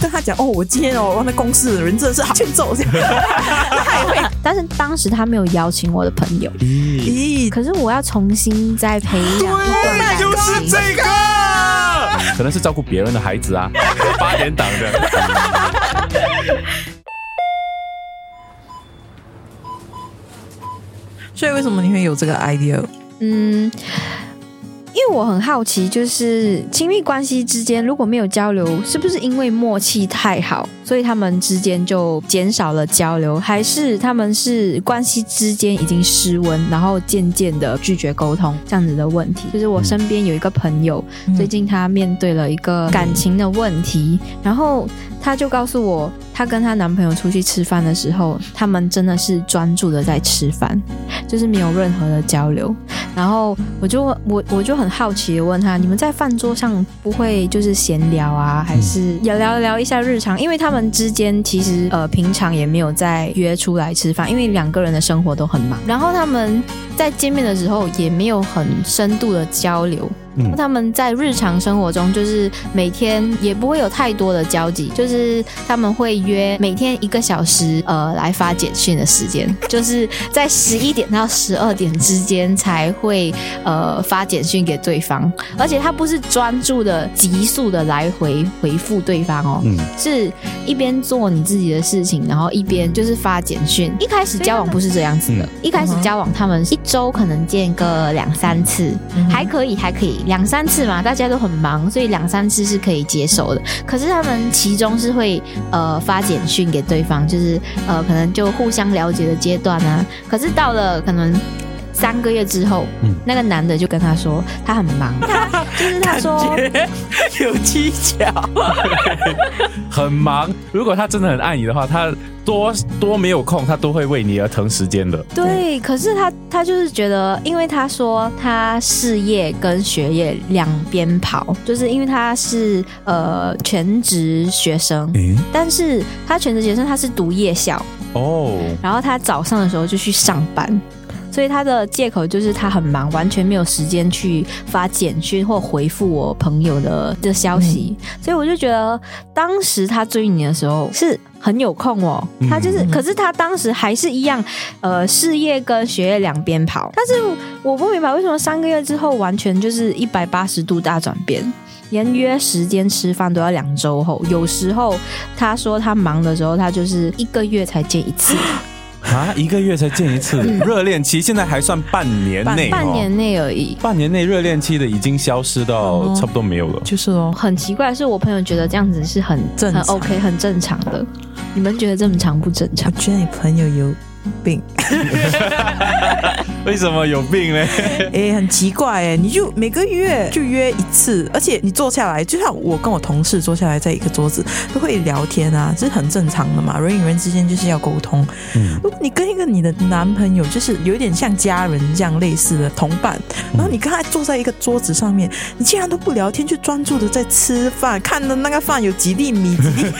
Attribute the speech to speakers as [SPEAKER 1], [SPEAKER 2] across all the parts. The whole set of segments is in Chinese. [SPEAKER 1] 跟他讲哦，我今天哦，我那公司的人真的是好欠揍这样，太会
[SPEAKER 2] 但是当时他没有邀请我的朋友，
[SPEAKER 3] 咦，
[SPEAKER 1] 咦，
[SPEAKER 2] 可是我要重新再培养一段感
[SPEAKER 3] 那
[SPEAKER 2] 情。
[SPEAKER 3] 就是这个，可能是照顾别人的孩子啊， 八点档的，
[SPEAKER 1] 所以为什么你会有这个 idea？
[SPEAKER 2] 嗯，因为我很好奇，就是亲密关系之间如果没有交流，是不是因为默契太好，所以他们之间就减少了交流，还是他们是关系之间已经失温，然后渐渐的拒绝沟通这样子的问题？就是我身边有一个朋友，
[SPEAKER 1] 嗯
[SPEAKER 2] 最近她面对了一个感情的问题，然后她就告诉我，她跟她男朋友出去吃饭的时候，他们真的是专注的在吃饭，就是没有任何的交流。然后我就我我就很好奇的问她，你们在饭桌上不会就是闲聊啊，还是也聊聊一下日常？因为他们之间其实呃平常也没有再约出来吃饭，因为两个人的生活都很忙。然后他们在见面的时候也没有很深度的交流，
[SPEAKER 3] 嗯
[SPEAKER 2] 他们在日常生活中就是每天也不会有太多的交集，就是他们会约每天一个小时，呃，来发简讯的时间， 就是在十一点到十二点之间才会呃发简讯给对方，而且他不是专注的急速的来回回复对方哦，
[SPEAKER 3] 嗯，
[SPEAKER 2] 是一边做你自己的事情，然后一边就是发简讯。一开始交往不是这样子的
[SPEAKER 3] 嗯，
[SPEAKER 2] 一开始交往他们一周可能见个两三次，
[SPEAKER 3] 嗯
[SPEAKER 2] 还可以，还可以，两三次嘛，大家都很忙，所以两三次是可以接受的。可是他们其中是会呃发简讯给对方，就是呃可能就互相了解的阶段啊。可是到了可能。三个月之后，
[SPEAKER 3] 嗯
[SPEAKER 2] 那个男的就跟他说他很 忙，就是他说
[SPEAKER 1] 有技巧，
[SPEAKER 3] 很忙。如果他真的很爱你的话，他多多没有空，他都会为你而腾时间的。
[SPEAKER 2] 对，可是他他就是觉得，因为他说他事业跟学业两边跑，就是因为他是呃全职学生，
[SPEAKER 3] 嗯，
[SPEAKER 2] 但是他全职学生他是读夜校，
[SPEAKER 3] 哦，
[SPEAKER 2] 然后他早上的时候就去上班。所以他的借口就是他很忙，完全没有时间去发简讯或回复我朋友的的消息。
[SPEAKER 3] 嗯
[SPEAKER 2] 所以我就觉得，当时他追你的时候是很有空哦，
[SPEAKER 3] 嗯
[SPEAKER 2] 他就是，可是他当时还是一样，呃，事业跟学业两边跑。但是我不明白为什么三个月之后完全就是一百八十度大转变。连约时间吃饭都要两周后，有时候他说他忙的时候，他就是一个月才见一次。
[SPEAKER 3] 啊，一个月才见一 次，热恋期现在还算半年内、哦，
[SPEAKER 2] 半年内而已。
[SPEAKER 3] 半年内热恋期的已经消失到
[SPEAKER 1] 哦
[SPEAKER 3] 差不多没有了。
[SPEAKER 1] 就是哦，
[SPEAKER 2] 很奇怪，是我朋友觉得这样子是很
[SPEAKER 1] 正
[SPEAKER 2] 很
[SPEAKER 1] 常
[SPEAKER 2] OK 很正常的，你们觉得正常不正
[SPEAKER 1] 我
[SPEAKER 2] 常？
[SPEAKER 1] 觉得你朋友有病，
[SPEAKER 3] 为什么有病呢？
[SPEAKER 1] 哎、很奇怪哎，你就每个月就约一次，而且你坐下来，就像我跟我同事坐下来在一个桌子都会聊天啊，这是很正常的嘛，人与人之间就是要沟通。
[SPEAKER 3] 嗯，
[SPEAKER 1] 如果你跟一个你的男朋友，就是有点像家人这样类似的同伴，
[SPEAKER 3] 嗯
[SPEAKER 1] 然后你跟他坐在一个桌子上面，你竟然都不聊天，就专注的在吃饭，看的那个饭有几粒米，几 粒，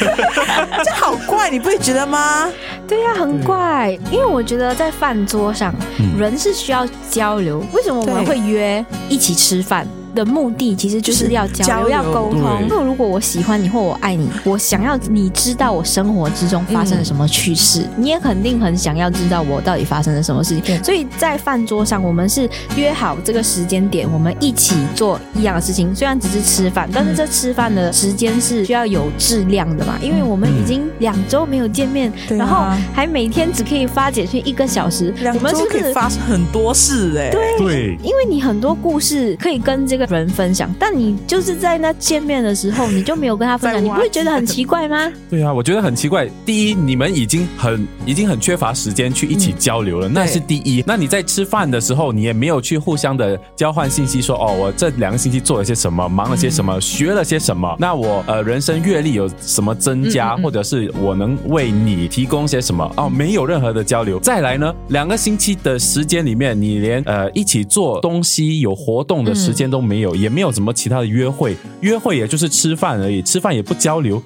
[SPEAKER 1] 这好怪，你不会觉得吗？
[SPEAKER 2] 对呀、很怪，因为我觉得在饭桌上，
[SPEAKER 3] 嗯
[SPEAKER 2] 人是需要交流。为什么我们
[SPEAKER 1] 对
[SPEAKER 2] 会约一起吃饭？的目的其实就是
[SPEAKER 1] 就是
[SPEAKER 2] 要交
[SPEAKER 1] 交
[SPEAKER 2] 流，
[SPEAKER 1] 流
[SPEAKER 2] 要沟通
[SPEAKER 3] 对。
[SPEAKER 2] 那如果我喜欢你或我爱你，我想要你知道我生活之中发生了什么趣事，你也肯定很想要知道我到底发生了什么事情。
[SPEAKER 1] 对
[SPEAKER 2] 所以在饭桌上，我们是约好这个时间点，我们一起做一样的事情。虽然只是吃饭，但是这吃饭的时间是需要有质量的嘛，因为我们已经两周没有见面，
[SPEAKER 1] 对啊
[SPEAKER 2] 然后还每天只可以发简讯一个小时，
[SPEAKER 1] 两
[SPEAKER 2] 我们是
[SPEAKER 1] 周
[SPEAKER 2] 不
[SPEAKER 1] 可以
[SPEAKER 2] 是？
[SPEAKER 1] 发生很多事哎、对，
[SPEAKER 3] 对，
[SPEAKER 2] 因为你很多故事可以跟这个人分享，但你就是在那见面的时候，你就没有跟他分享，
[SPEAKER 1] 在挖
[SPEAKER 2] 你不会觉得很奇怪吗？
[SPEAKER 3] 对啊，我觉得很奇怪。第一，你们已经很已经很缺乏时间去一
[SPEAKER 1] 嗯
[SPEAKER 3] 起交流了，那是第一。那你在吃饭的时候，你也没有去互相的交换信息说，哦，我这两个星期做了些什么，忙了些什么，
[SPEAKER 1] 嗯
[SPEAKER 3] 学了些什么，那我呃人生阅历有什么增加，
[SPEAKER 1] 嗯嗯嗯
[SPEAKER 3] 或者是我能为你提供些什么？哦，没有任何的交流。再来呢，两个星期的时间里面，你连呃一起做东西有活动
[SPEAKER 1] 嗯
[SPEAKER 3] 的时间都没有，也没有什么其他的约会，约会也就是吃饭而已，吃饭也不交流。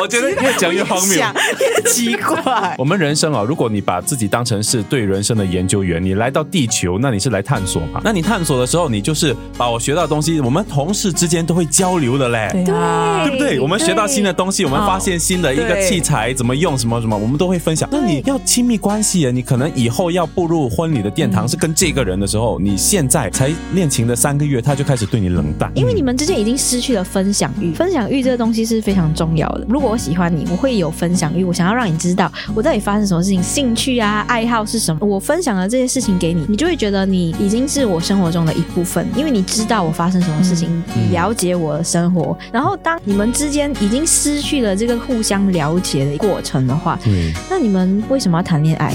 [SPEAKER 3] 我觉得越讲越 荒谬。
[SPEAKER 1] 想 也奇怪。
[SPEAKER 3] 我们人生啊，如果你把自己当成是对人生的研究员，你来到地球，那你是来探索嘛？那你探索的时候，你就是把我学到的东西，我们同事之间都会交流的嘞。
[SPEAKER 1] 对啊，
[SPEAKER 3] 对不对？我们学到新的东西，我们发现新的一个
[SPEAKER 1] 对
[SPEAKER 3] 器材怎么用，什么什么，我们都会分享。那你要亲密关系啊，你可能以后要步入婚礼的殿
[SPEAKER 2] 嗯
[SPEAKER 3] 堂，是跟这个人的时候，你现在才恋情的三个月，他就开始对你冷淡，
[SPEAKER 2] 因为你们之间已经失去了分享欲，分享欲这个东西是非常重要的。如果我喜欢你，我会有分享欲，我想要让你知道我到底发生什么事情，兴趣啊、爱好是什么。我分享了这些事情给你，你就会觉得你已经是我生活中的一部分，因为你知道我发生什么事情，
[SPEAKER 3] 嗯
[SPEAKER 2] 你了解我的生活。然后，当你们之间已经失去了这个互相了解的过程的话，
[SPEAKER 3] 对
[SPEAKER 2] 那你们为什么要谈恋爱？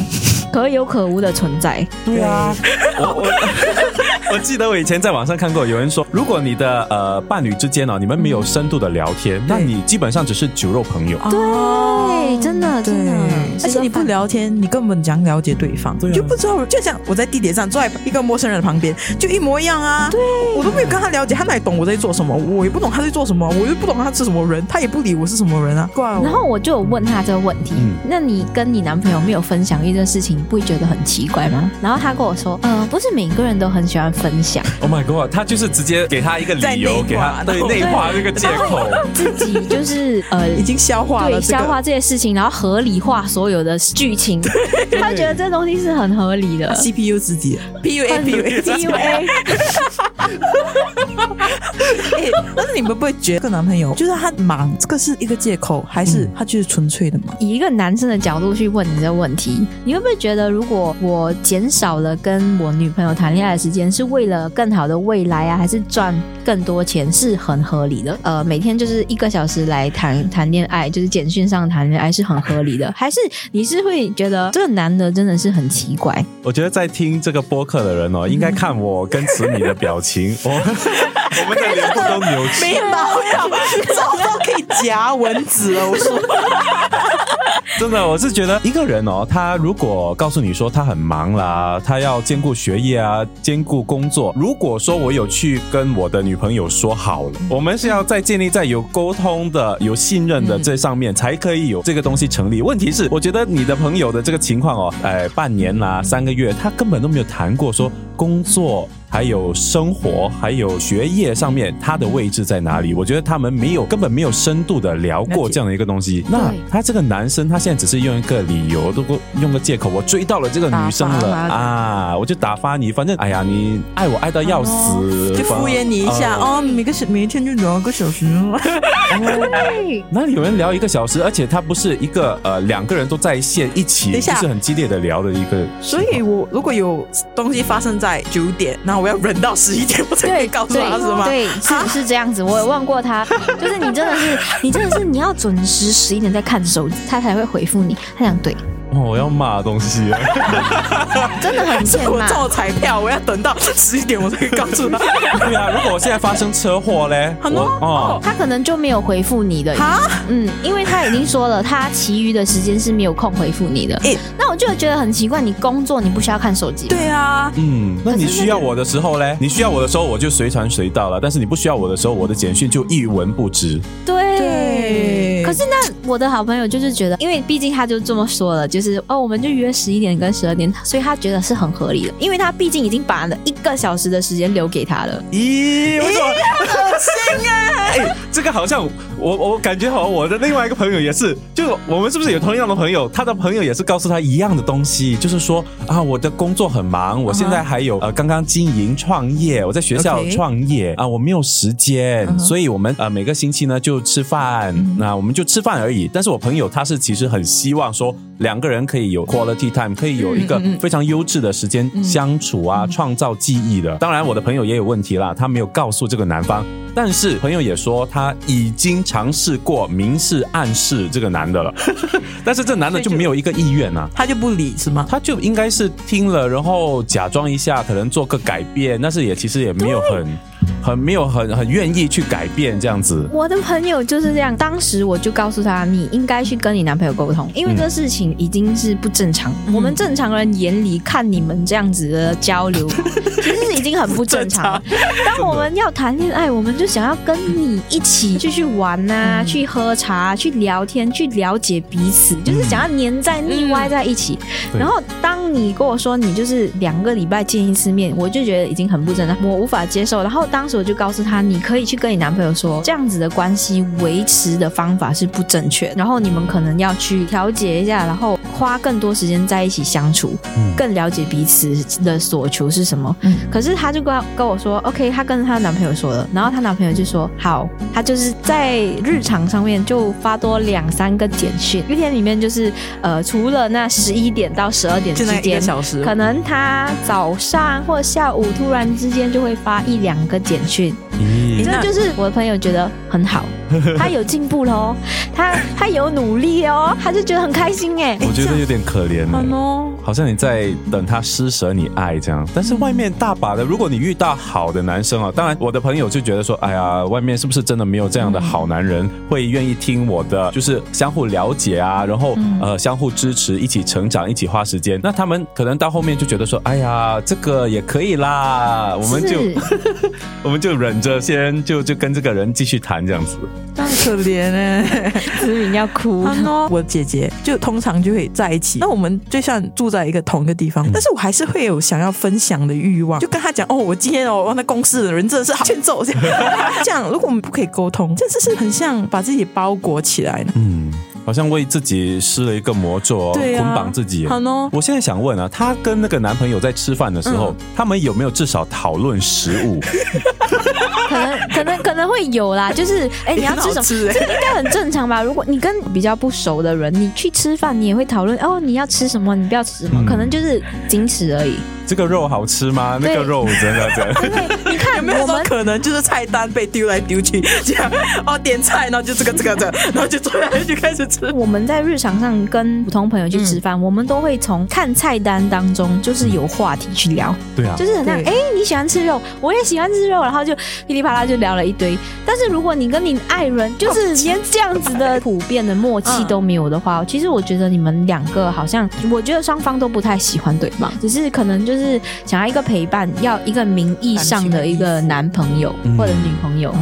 [SPEAKER 2] 可有可无的存在。
[SPEAKER 3] 对啊，我我。 我记得我以前在网上看过，有人说，如果你的呃伴侣之间哦，你们没有深度的聊天，那你基本上只是酒肉朋友。
[SPEAKER 1] 对
[SPEAKER 2] 对，真
[SPEAKER 3] 哦
[SPEAKER 2] 的
[SPEAKER 1] 对
[SPEAKER 2] 真的，，
[SPEAKER 1] 而且你不聊天，你根本讲了解对方，
[SPEAKER 3] 对啊
[SPEAKER 1] 就不知道。就像我在地铁上坐在一个陌生人的旁边，就一模一样啊。对，我都没有跟他了解，他哪里懂我在做什么？我也不懂他在做什么，我又不懂他是什么人，他也不理我是什么人啊。怪我
[SPEAKER 2] 然后我就有问他这个问题，
[SPEAKER 3] 嗯
[SPEAKER 2] 那你跟你男朋友没有分享欲这事情，不会觉得很奇怪吗？然后他跟我说，呃，不是每个人都很喜欢 分享，
[SPEAKER 3] Oh my god，他就是直接给他一个
[SPEAKER 1] 在内
[SPEAKER 3] 理由，
[SPEAKER 1] 化
[SPEAKER 3] 给他对
[SPEAKER 1] 然后
[SPEAKER 3] 内化这个借口。
[SPEAKER 2] 自己就是 呃
[SPEAKER 1] 已经消化了
[SPEAKER 2] 对
[SPEAKER 1] 这个
[SPEAKER 2] 消化这些事情，然后合理化所有的剧情，他觉得这东西是很合 理的。
[SPEAKER 1] CPU 自己 PUA
[SPEAKER 2] 很
[SPEAKER 1] PUA。
[SPEAKER 2] PUA
[SPEAKER 1] 哎， 但是你们不会觉得这个男朋友就是他忙，这个是一个借口，还是
[SPEAKER 3] 嗯
[SPEAKER 1] 他就是纯粹的忙？
[SPEAKER 2] 以一个男生的角度去问你这个问题，你会不会觉得，如果我减少了跟我女朋友谈恋爱的时间，是为了更好的未来啊，还是赚更多钱，是很合理的？呃，每天就是一个小时来谈谈恋爱，就是简讯上谈恋爱是很合理的，还是你是会觉得这个男的真的是很奇 怪？
[SPEAKER 3] 我觉得在听这个播客的人哦，应该看我跟慈米的表情， 我我们的脸部都扭曲。
[SPEAKER 1] 毛呀，早到可以夹蚊子 了，我说。
[SPEAKER 3] 真的，我是觉得一个人哦，他如果告诉你说他很忙啦，他要兼顾学业啊，兼顾工作。如果说我有去跟我的女朋友说好了，我们是要在建立在有沟通的、有信任
[SPEAKER 1] 嗯
[SPEAKER 3] 的这上面，才可以有这个东西成立。问题是，我觉得你的朋友的这个情况哦，哎，半年啦、三个月，他根本都没有谈过说工作。还有生活，还有学业上面，他的位置在哪里？我觉得他们没有根本没有深度的聊
[SPEAKER 1] 了
[SPEAKER 3] 过
[SPEAKER 1] 解
[SPEAKER 3] 这样的一个东西。那
[SPEAKER 2] 对
[SPEAKER 3] 他这个男生，他现在只是用一个理由，如果用个借口，我追到了这个女生了
[SPEAKER 1] 打发他
[SPEAKER 3] 啊，我就打发你，反正哎呀，你爱我爱到要死，
[SPEAKER 1] 哦就敷衍你一下
[SPEAKER 3] 哦。
[SPEAKER 1] 哦，每个小每天就聊一个小时，
[SPEAKER 2] 对，
[SPEAKER 3] 哪里有人聊一个小时？而且他不是一个呃两个人都在线一起，
[SPEAKER 1] 等一
[SPEAKER 3] 就
[SPEAKER 1] 下
[SPEAKER 3] 是很激烈的聊的一个。
[SPEAKER 1] 所以我如果有东西发生在九点，那我要忍到十一点，我才可以告诉他是吗？
[SPEAKER 2] 对，是不是这样子？我也问过他，就是你真的是，你真的是，你要准时十一点再看手机，他才会回复你。他讲对，
[SPEAKER 3] 哦，我要骂东西 了。
[SPEAKER 2] 真的很欠
[SPEAKER 1] 我
[SPEAKER 2] 骂。
[SPEAKER 1] 中了彩票，我要等到十一点我才可以告诉他。
[SPEAKER 3] 对啊，如果我现在发生车祸嘞，
[SPEAKER 1] 很多
[SPEAKER 3] 我哦，
[SPEAKER 2] 他可能就没有回复你的，
[SPEAKER 1] 哈，
[SPEAKER 2] 嗯，因为他已经说了，他其余的时间是没有空回复你的。
[SPEAKER 1] 诶
[SPEAKER 2] 那我就觉得很奇怪，你工作你不需要看手机，
[SPEAKER 1] 对啊，
[SPEAKER 3] 嗯，那你
[SPEAKER 2] 可是那
[SPEAKER 3] 需要我的时候
[SPEAKER 1] 嗯
[SPEAKER 3] 嘞，你需要我的时候我就随传随到了，但是你不需要我的时候，我的简讯就一文不值。
[SPEAKER 2] 对。
[SPEAKER 1] 对
[SPEAKER 2] 可是那我的好朋友就是觉得，因为毕竟他就这么说了，就是哦，我们就约十一点跟十二点，所以他觉得是很合理的，因为他毕竟已经把了一个小时的时间留给他了。
[SPEAKER 3] 咦，为什么？恶心啊！哎，这个好像我我感觉好，像我的另外一个朋友也是，就我们是不是有同样的朋友？他的朋友也是告诉他一样的东西，就是说啊，我的工作很忙，我现在还有、呃刚刚经营创业，我在学校
[SPEAKER 1] 嗯 OK
[SPEAKER 3] 创业啊，我没有时间
[SPEAKER 1] 嗯哼嗯
[SPEAKER 3] 所以我们呃每个星期呢就吃饭，那、我们就吃饭而已。但是我朋友他是其实很希望说两个人可以有 quality time，可以有一个
[SPEAKER 1] 嗯嗯嗯嗯
[SPEAKER 3] 非常优质的时间相处啊，创造记忆的。当然，我的朋友也有问题啦，他没有告诉这个男方。但是朋友也说他已经尝试过明示暗示这个男的了， 但是这男的就没有一个意愿啊。
[SPEAKER 1] 他就不理是吗？
[SPEAKER 3] 他就应该是听了，然后假装一下，可能做个改变，但是也其实也没有很很没有很很愿意去改变这样子。
[SPEAKER 2] 我的朋友就是这样，当时我就告诉他，你应该去跟你男朋友沟通，因为
[SPEAKER 3] 嗯
[SPEAKER 2] 这事情已经是不正常。
[SPEAKER 1] 嗯
[SPEAKER 2] 我们正常人眼里看你们这样子的交流，其实是已经很不正常了。当我们要谈恋爱，我们就想要跟你一起出去玩呐、
[SPEAKER 1] 嗯
[SPEAKER 2] 去喝茶、去聊天、去了解彼此，就是想要黏在、腻歪在一起。
[SPEAKER 3] 对
[SPEAKER 2] 然后当你跟我说你就是两个礼拜见一次面，我就觉得已经很不正常，我无法接受。然后当时我就告诉他，你可以去跟你男朋友说，这样子的关系维持的方法是不正确，然后你们可能要去调节一下，然后花更多时间在一起相处，
[SPEAKER 3] 嗯
[SPEAKER 2] 更了解彼此的所求是什么。
[SPEAKER 1] 嗯
[SPEAKER 2] 可是她就跟跟我说，OK，她跟她男朋友说了，然后她男朋友就说好，她就是在日常上面就发多两三个简讯，一天里面就是呃，除了那十一点到十二点
[SPEAKER 1] 就
[SPEAKER 2] 之
[SPEAKER 1] 那一个
[SPEAKER 2] 间。
[SPEAKER 1] 小时，
[SPEAKER 2] 可能她早上或下午突然之间就会发一两个简讯，
[SPEAKER 3] 咦
[SPEAKER 2] 这
[SPEAKER 1] 那
[SPEAKER 2] 就是我的朋友觉得 很好，她有进步喽，她她有努力哦，她就觉得很开心 哎。
[SPEAKER 3] 我觉得有点可怜欸呢、
[SPEAKER 1] 哦，
[SPEAKER 3] 好像你在等他施舍你爱这样，但是外面大把的，如果你遇到好的男生啊，当然我的朋友就觉得说，哎呀，外面是不是真的没有这样的好男人会愿意听我的，就是相互了解啊，然后
[SPEAKER 1] 嗯
[SPEAKER 3] 呃相互支持，一起成长，一起花时间。那他们可能到后面就觉得说，哎呀，这个也可以啦，我们就是我们就忍着先，就就跟这个人继续谈这样子。
[SPEAKER 1] 但可怜哎、
[SPEAKER 2] 子敏要哭，
[SPEAKER 1] 我姐姐就通常就会在一起。那我们就算住在一个同一个地方，但是我还是会有想要分享的欲望，就跟她讲哦，我今天哦，哇那公司的人真的是好欠揍这样。 这样，如果我们不可以沟通，这就是很像把自己包裹起来呢。
[SPEAKER 3] 嗯，好像为自己施了一个魔咒哦，
[SPEAKER 1] 对啊
[SPEAKER 3] 捆绑自己。
[SPEAKER 1] 好喏，
[SPEAKER 3] 我现在想问啊，她跟那个男朋友在吃饭的时候，
[SPEAKER 2] 嗯
[SPEAKER 3] 他们有没有至少讨论食 物？
[SPEAKER 2] 可能可能可能会有 啦，就是哎、你要吃什么？
[SPEAKER 1] 么？
[SPEAKER 2] 这 应该很正常吧？如果你跟比较不熟的人，你去吃饭，你也会讨论哦，你要吃什么，你不要吃什么，
[SPEAKER 3] 嗯
[SPEAKER 2] 可能就是仅此而已。
[SPEAKER 3] 这个肉好吃吗？
[SPEAKER 2] 对
[SPEAKER 3] 那个肉真的真的
[SPEAKER 2] 因为你看
[SPEAKER 1] 有没有
[SPEAKER 2] 我
[SPEAKER 1] 说
[SPEAKER 2] 们。
[SPEAKER 1] 可能就是菜单被丢来丢去，这样哦点菜，然后就这个这个这个，然后就坐下来就开始吃。
[SPEAKER 2] 我们在日常上跟普通朋友去吃饭，我们都会从看菜单当中，就是有话题去聊，
[SPEAKER 3] 对啊
[SPEAKER 2] 就，是很像哎、
[SPEAKER 1] 对
[SPEAKER 2] 你喜欢吃肉，我也喜欢吃肉，然后就噼里啪啦就聊了一堆。但是如果你跟你爱
[SPEAKER 3] 哦
[SPEAKER 2] 人就是连这样子 的普遍的默契都没有的
[SPEAKER 3] 嗯
[SPEAKER 2] 话，其实我觉得你们两个好像，我觉得双方都不太喜欢对方，只是可能就是想要一个陪伴，要一个名义上的一个男朋友
[SPEAKER 3] 嗯
[SPEAKER 2] 或者女朋友。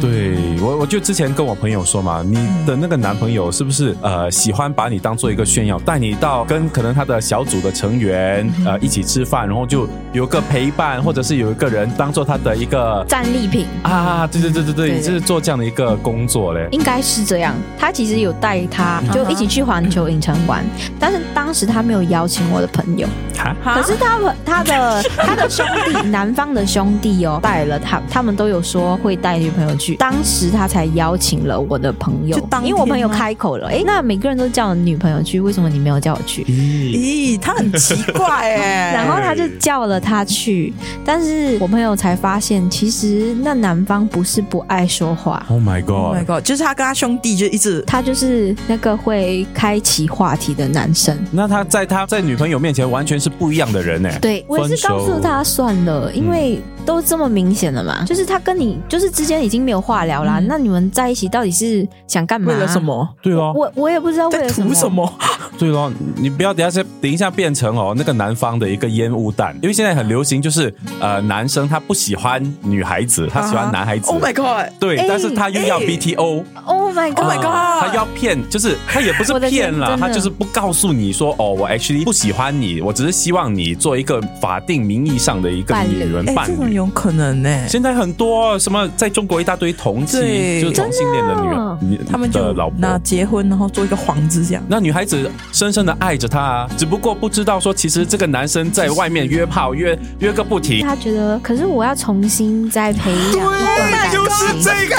[SPEAKER 3] 对啊我我就之前跟我朋友说嘛，你的那个男朋友是不是呃喜欢把你当做一个炫耀，带你到跟可能他的小组的成员
[SPEAKER 2] 嗯
[SPEAKER 3] 呃一起吃饭，然后就有个陪伴，或者是有一个人当做他的一个
[SPEAKER 2] 战利品
[SPEAKER 3] 啊，对对对对
[SPEAKER 1] 对对
[SPEAKER 3] 对，就是做这样的一个工作嘞。
[SPEAKER 2] 应该是这样，他其实有带他
[SPEAKER 1] 嗯
[SPEAKER 2] 就一起去环球影城玩，但是当时他没有邀请我的朋友。
[SPEAKER 3] 哈
[SPEAKER 1] 可
[SPEAKER 2] 可是他们他 的他的兄弟，南方的兄弟哦，带了他，他们都有说会带女朋友去。当时他才邀请了我的朋友
[SPEAKER 1] 就当，天
[SPEAKER 2] 因为我朋友开口了，哎，那每个人都叫女朋友去，为什么你没有叫我去？
[SPEAKER 3] 咦
[SPEAKER 1] 咦，他很奇怪哎、
[SPEAKER 2] 然后他就叫了他去，但是我朋友才发现，其实那男方不是不爱说话，
[SPEAKER 3] ，Oh my
[SPEAKER 1] Oh my
[SPEAKER 3] god！
[SPEAKER 1] god！就是他跟他兄弟就一直
[SPEAKER 2] 他就是那个会开启话题的男生。
[SPEAKER 3] 那他在他在女朋友面前完全是不一样的人呢。
[SPEAKER 2] 对，我也是告诉他算了，因为都这么明显了嘛，就是他跟你就是之间已经没有话聊啦，
[SPEAKER 1] 嗯
[SPEAKER 2] 那你们在一起到底是想干嘛？
[SPEAKER 1] 为了什？么，
[SPEAKER 3] 对咯，
[SPEAKER 2] 我我也不知道为
[SPEAKER 1] 在
[SPEAKER 2] 了
[SPEAKER 1] 图什么？
[SPEAKER 3] 对咯，你不要等一下等一下变成哦那个男方的一个烟雾弹，因为现在很流行就是呃男生他不喜欢女孩子，他喜欢男孩子。
[SPEAKER 1] Oh my god！
[SPEAKER 3] 对
[SPEAKER 2] 哎，
[SPEAKER 3] 但是他又要
[SPEAKER 1] 哎
[SPEAKER 3] BTO，
[SPEAKER 2] Oh my god！
[SPEAKER 1] Oh my
[SPEAKER 3] 啊
[SPEAKER 1] god
[SPEAKER 3] 他要骗，就是他也不是
[SPEAKER 2] 我的天
[SPEAKER 3] 骗啦，
[SPEAKER 2] 真的
[SPEAKER 3] 他就是不告诉你说哦，我 actually 不喜欢你，我只是希望你做一个法定名义上的一个
[SPEAKER 2] 伴侣
[SPEAKER 3] 女人
[SPEAKER 1] 哎、
[SPEAKER 3] 伴
[SPEAKER 1] 这种
[SPEAKER 3] 侣。
[SPEAKER 1] 有可能呢、
[SPEAKER 3] 现在很多什么，在中国一大堆同妻，
[SPEAKER 1] 对
[SPEAKER 3] 就是同性恋的女人
[SPEAKER 2] 真的，
[SPEAKER 3] 你
[SPEAKER 1] 他们
[SPEAKER 3] 的
[SPEAKER 1] 就
[SPEAKER 3] 老婆
[SPEAKER 1] 拿结婚，然后做一个幌子这样。
[SPEAKER 3] 那女孩子深深的爱着他啊，只不过不知道说，其实这个男生在外面约炮约约个不停。
[SPEAKER 2] 他觉得，可是我要重新再培养一段感情。
[SPEAKER 3] 个。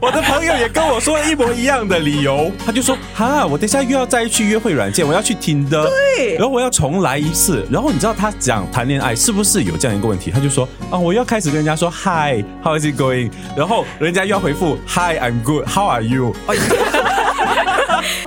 [SPEAKER 3] 我的朋友也跟我说一模一样的理由，他就说：“哈，我等一下又要再去约会软件，我要去听的，
[SPEAKER 1] 对
[SPEAKER 3] 然后我要重来一次。”然后你知道他讲谈恋爱是不是有这样一个问题？他就说：“啊，我要开始跟人家说 Hi，How is it going？” 然后人家又要回复 Hi，I'm good，How are you？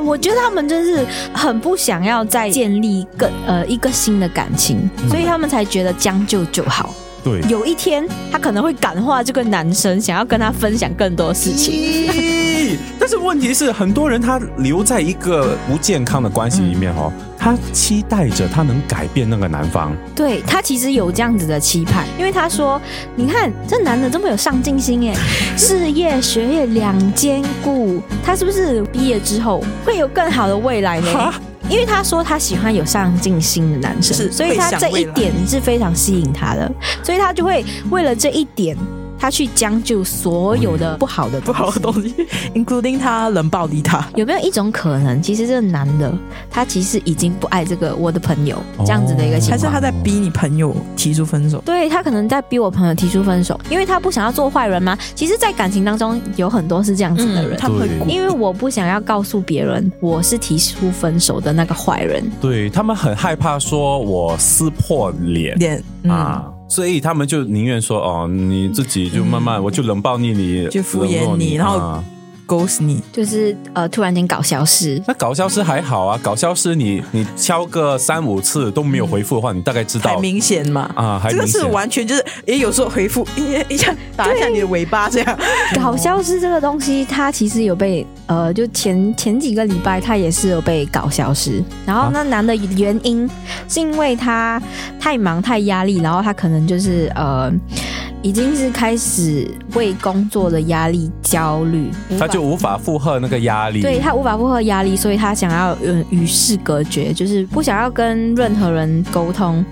[SPEAKER 2] 我觉得他们真是很不想
[SPEAKER 1] 嗯
[SPEAKER 2] 要再建立更呃一个新的感情，所以他们才觉得将就就好。
[SPEAKER 3] 对，
[SPEAKER 2] 有一天她可能会感化这个男生，想要跟他分享更多事情。
[SPEAKER 3] 咦但是问题是，很多人他留在一个不健康的关系里面哦，他期待着他能改变那个男方。
[SPEAKER 2] 对他其实有这样子的期盼，因为他说：“你看这男的这么有上进心 耶，事业学业两兼顾，他是不是毕业之后会有更好的未来呢
[SPEAKER 3] 哈？”
[SPEAKER 2] 因为他说他喜欢有上进心的男
[SPEAKER 1] 是
[SPEAKER 2] 生，所以他这一点是非常吸引他的，所以他就会为了这一点，他去将就所有的不好的
[SPEAKER 1] 嗯不
[SPEAKER 2] 东西
[SPEAKER 1] 好的东 西，including 他冷暴力他。
[SPEAKER 2] 有没有一种可能，其实这个男的他其实已经不爱这个我的朋友这样子的一个情
[SPEAKER 1] 还
[SPEAKER 2] 况？
[SPEAKER 1] 是他在逼你朋友提出分手？
[SPEAKER 2] 对他可能在逼我朋友提出分手，因为他不想要做坏人嘛。其实，在感情当中有很多是这样子的人，
[SPEAKER 1] 嗯他们会
[SPEAKER 3] 嗯对
[SPEAKER 1] 鼓
[SPEAKER 2] 因为我不想要告诉别人我是提出分手的那个坏人。
[SPEAKER 3] 对他们很害怕说我撕破脸
[SPEAKER 1] 脸啊，
[SPEAKER 3] 啊，所以他们就宁愿说哦，你自己就慢慢，我就冷暴力你，
[SPEAKER 1] 就敷衍
[SPEAKER 3] 冷落
[SPEAKER 1] 你然后
[SPEAKER 3] 啊
[SPEAKER 1] 勾死你！
[SPEAKER 2] 就是呃，突然间搞消失，
[SPEAKER 3] 那搞消失还好啊，搞消失你你敲个三五次都没有回复的话，你大概知
[SPEAKER 1] 太
[SPEAKER 3] 道
[SPEAKER 1] 明显嘛。
[SPEAKER 3] 啊，还
[SPEAKER 1] 这个
[SPEAKER 3] 明显
[SPEAKER 1] 是完全就是，也有时候回复 一一下打一下你的尾巴这样，
[SPEAKER 2] 搞消失这个东西，它其实有被呃，就前前几个礼拜，他也是有被搞消失。然后那男的原因是因为他太忙太压力，然后他可能就是呃，已经是开始为工作的压力焦虑，无法
[SPEAKER 3] 他就无法负荷那个压力。
[SPEAKER 2] 对他无法负荷压力，所以他想要嗯与世隔绝，就是不想要跟任何人沟通。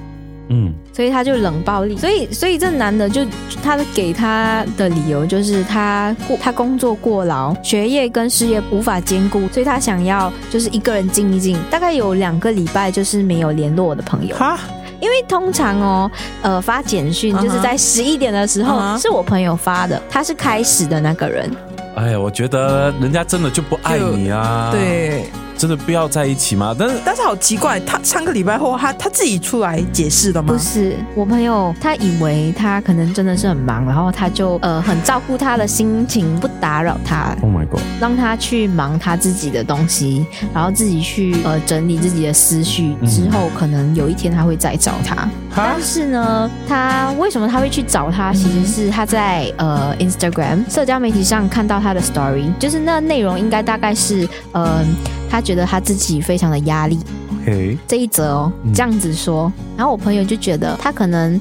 [SPEAKER 3] 嗯，
[SPEAKER 2] 所以他就冷暴力，所以所以这男的就他给他的理由就是他过他工作过劳，学业跟事业无法兼顾，所以他想要就是一个人静一静，大概有两个礼拜就是没有联络我的朋友，
[SPEAKER 3] 哈，
[SPEAKER 2] 因为通常哦，呃发简讯
[SPEAKER 1] 嗯哼
[SPEAKER 2] 就是
[SPEAKER 3] 啊
[SPEAKER 2] 在十一点的时候、
[SPEAKER 1] 嗯哼
[SPEAKER 2] 是我朋友发的，他是开始的那个人，
[SPEAKER 3] 哎呀，我觉得人家真的就不爱你啊，，
[SPEAKER 1] 对。
[SPEAKER 3] 真的不要在一起嘛。但是
[SPEAKER 1] 但是好奇怪，他上个礼拜后，他他自己出来解释的吗
[SPEAKER 2] 不？是我朋友，他以为他可能真的是很忙，然后他就呃很照顾他的心情，不打扰他，
[SPEAKER 3] ，Oh my God，
[SPEAKER 2] 让他去忙他自己的东西，然后自己去呃整理自己的思绪，之后可能有一天他会再找他。
[SPEAKER 3] 哈
[SPEAKER 2] 但，是呢，他为什么他会去找他？其实是他在呃 Instagram 社交媒体上看到他的 story，就是那内容应该大概是呃他觉得他自己非常的压力，
[SPEAKER 3] 嘿，
[SPEAKER 2] 这一则哦
[SPEAKER 3] 嗯，
[SPEAKER 2] 这样子说，然后我朋友就觉得他可能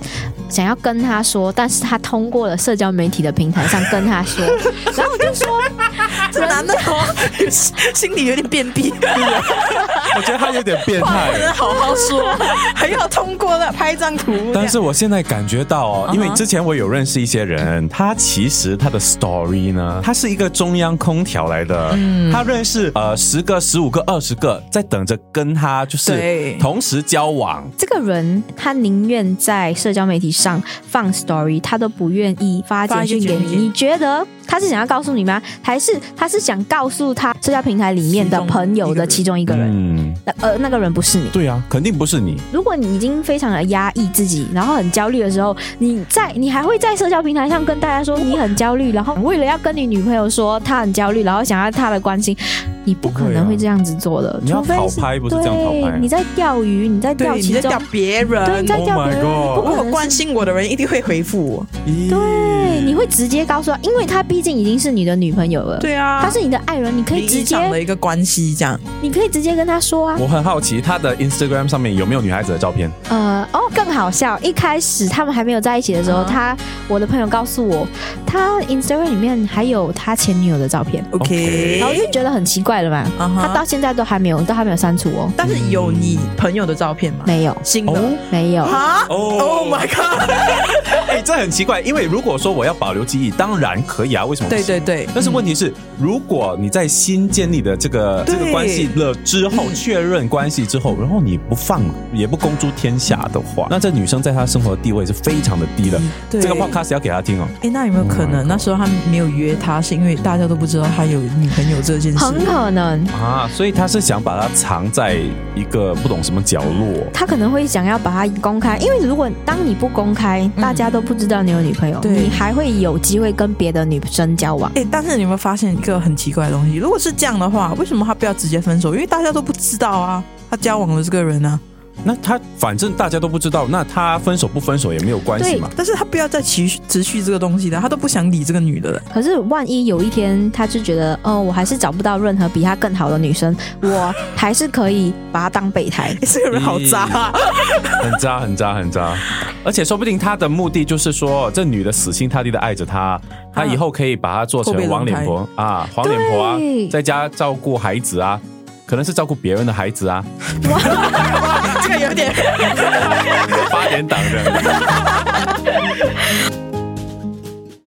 [SPEAKER 2] 想要跟他说，但是他通过了社交媒体的平台上跟他说，然后我就说，
[SPEAKER 1] 这男 的哦，心里有点变弊，
[SPEAKER 3] 我觉得他有点变
[SPEAKER 1] 话
[SPEAKER 3] 态
[SPEAKER 1] 不。能好好说，还要通过了拍张图。
[SPEAKER 3] 但是我现在感觉到哦，因
[SPEAKER 1] 嗯
[SPEAKER 3] 为
[SPEAKER 1] 哼
[SPEAKER 3] 之前我有认识一些人，他其实他的 story 呢，他是一个中央空调来的，
[SPEAKER 1] 嗯
[SPEAKER 3] 他认识呃十个、十五个、二十个，在等着跟他就是
[SPEAKER 1] 对
[SPEAKER 3] 同时交往。
[SPEAKER 2] 这个人他宁愿在社交媒体上放 story，他都不愿意发简讯给
[SPEAKER 1] 发一个
[SPEAKER 2] 你。
[SPEAKER 1] 简讯
[SPEAKER 2] 你觉得他是想要告诉你吗？还是他是想告诉他社交平台里面的朋友的其中一个人？
[SPEAKER 3] 嗯，
[SPEAKER 2] 那呃，那个人不是你。
[SPEAKER 3] 对啊，肯定不是你。
[SPEAKER 2] 如果你已经非常的压抑自己，然后很焦虑的时候，你在你还会在社交平台上跟大家说你很焦虑，然后为了要跟你女朋友说她很焦虑，然后想要她的关心，你不可能会这样子做的，
[SPEAKER 3] 嗯你要
[SPEAKER 2] 除非
[SPEAKER 3] 讨
[SPEAKER 2] 是
[SPEAKER 3] 拍不是这样讨拍
[SPEAKER 2] 对你在钓鱼，你在钓
[SPEAKER 1] 对，你
[SPEAKER 2] 其
[SPEAKER 1] 在
[SPEAKER 2] 中
[SPEAKER 1] 钓别
[SPEAKER 2] 对，
[SPEAKER 1] 人
[SPEAKER 2] 你，在
[SPEAKER 3] Oh
[SPEAKER 2] 钓别
[SPEAKER 3] my
[SPEAKER 2] 人，
[SPEAKER 3] God
[SPEAKER 2] 不
[SPEAKER 1] 如
[SPEAKER 2] 可
[SPEAKER 1] 果
[SPEAKER 2] 能
[SPEAKER 1] 关
[SPEAKER 2] 是。
[SPEAKER 1] 心我的人一定会回复我。
[SPEAKER 2] 对，你会直接告诉他，因为他毕竟已经是你的女朋友了，、
[SPEAKER 1] 对啊，
[SPEAKER 2] 她是你的爱人，你可以
[SPEAKER 1] 名义
[SPEAKER 2] 直接，
[SPEAKER 1] 上的一个关系这样。
[SPEAKER 2] 你可以直接跟他说啊。
[SPEAKER 3] 我很好奇他的 Instagram 上面有没有女孩子的照片？
[SPEAKER 2] 呃，哦，更好笑，一开始他们还没有在一起的时候，
[SPEAKER 1] 啊
[SPEAKER 2] 他我的朋友告诉我，他 Instagram 里面还有他前女友的照片，
[SPEAKER 3] OK
[SPEAKER 1] OK，
[SPEAKER 2] 然后就觉得很奇怪了嘛，
[SPEAKER 1] 啊
[SPEAKER 2] 他
[SPEAKER 1] 哈，
[SPEAKER 2] 到现在都还没有，都还没有删除哦，
[SPEAKER 1] 但是有你朋友的照片吗？
[SPEAKER 2] 没有，
[SPEAKER 1] 新的
[SPEAKER 3] 哦
[SPEAKER 2] 没有。
[SPEAKER 1] 啊
[SPEAKER 3] 哦
[SPEAKER 1] ？Oh my god！
[SPEAKER 3] 哎，这很奇怪，因为如果说我要保留记忆，当然可以啊，为什么不
[SPEAKER 1] 对
[SPEAKER 3] 行？
[SPEAKER 1] 对对，
[SPEAKER 3] 但是问题是，如果你在新建立的这个这
[SPEAKER 1] 对
[SPEAKER 3] 个关系了之后，
[SPEAKER 1] 嗯
[SPEAKER 3] 确认关系之后，然后你不放也不公诸天下的话，那这女生在她生活地位是非常的低的。
[SPEAKER 1] 嗯对
[SPEAKER 3] 这个 podcast 要给她听哦。
[SPEAKER 1] 哎，那有没有可
[SPEAKER 3] Oh my
[SPEAKER 1] 能
[SPEAKER 3] God
[SPEAKER 1] 那时候他没有约他，是因为大家都不知道他有女朋友这件事？
[SPEAKER 2] 很可能，
[SPEAKER 3] 啊，所以她是想把它藏在一个不懂什么角落。
[SPEAKER 2] 他可能会想要把它公开，因为如果当你不公开，
[SPEAKER 1] 嗯
[SPEAKER 2] 大家都不知道你有女朋友，
[SPEAKER 1] 对
[SPEAKER 2] 你还会有机会跟别的女生交往。
[SPEAKER 1] 哎，但是你有没有发现一个很奇怪的东西？如果是这样的话，为什么他不要直接分手？因为大家都不知道啊，他交往了这个人啊。
[SPEAKER 3] 那他反正大家都不知道，那他分手不分手也没有关系嘛。
[SPEAKER 1] 但是他不要再持续持续这个东西了，他都不想理这个女的了。
[SPEAKER 2] 可是万一有一天他就觉得，哦，我还是找不到任何比他更好的女生，我还是可以把她当备胎。
[SPEAKER 1] 诶这个人好渣、啊，
[SPEAKER 3] 很渣，很渣，很渣。而且说不定他的目的就是说，这女的死心塌地的爱着他，他以后可以把她做成黄脸婆啊，黄脸婆啊
[SPEAKER 2] 对，
[SPEAKER 3] 在家照顾孩子啊，可能是照顾别人的孩子啊，
[SPEAKER 1] 这个有点。
[SPEAKER 3] 八点档的。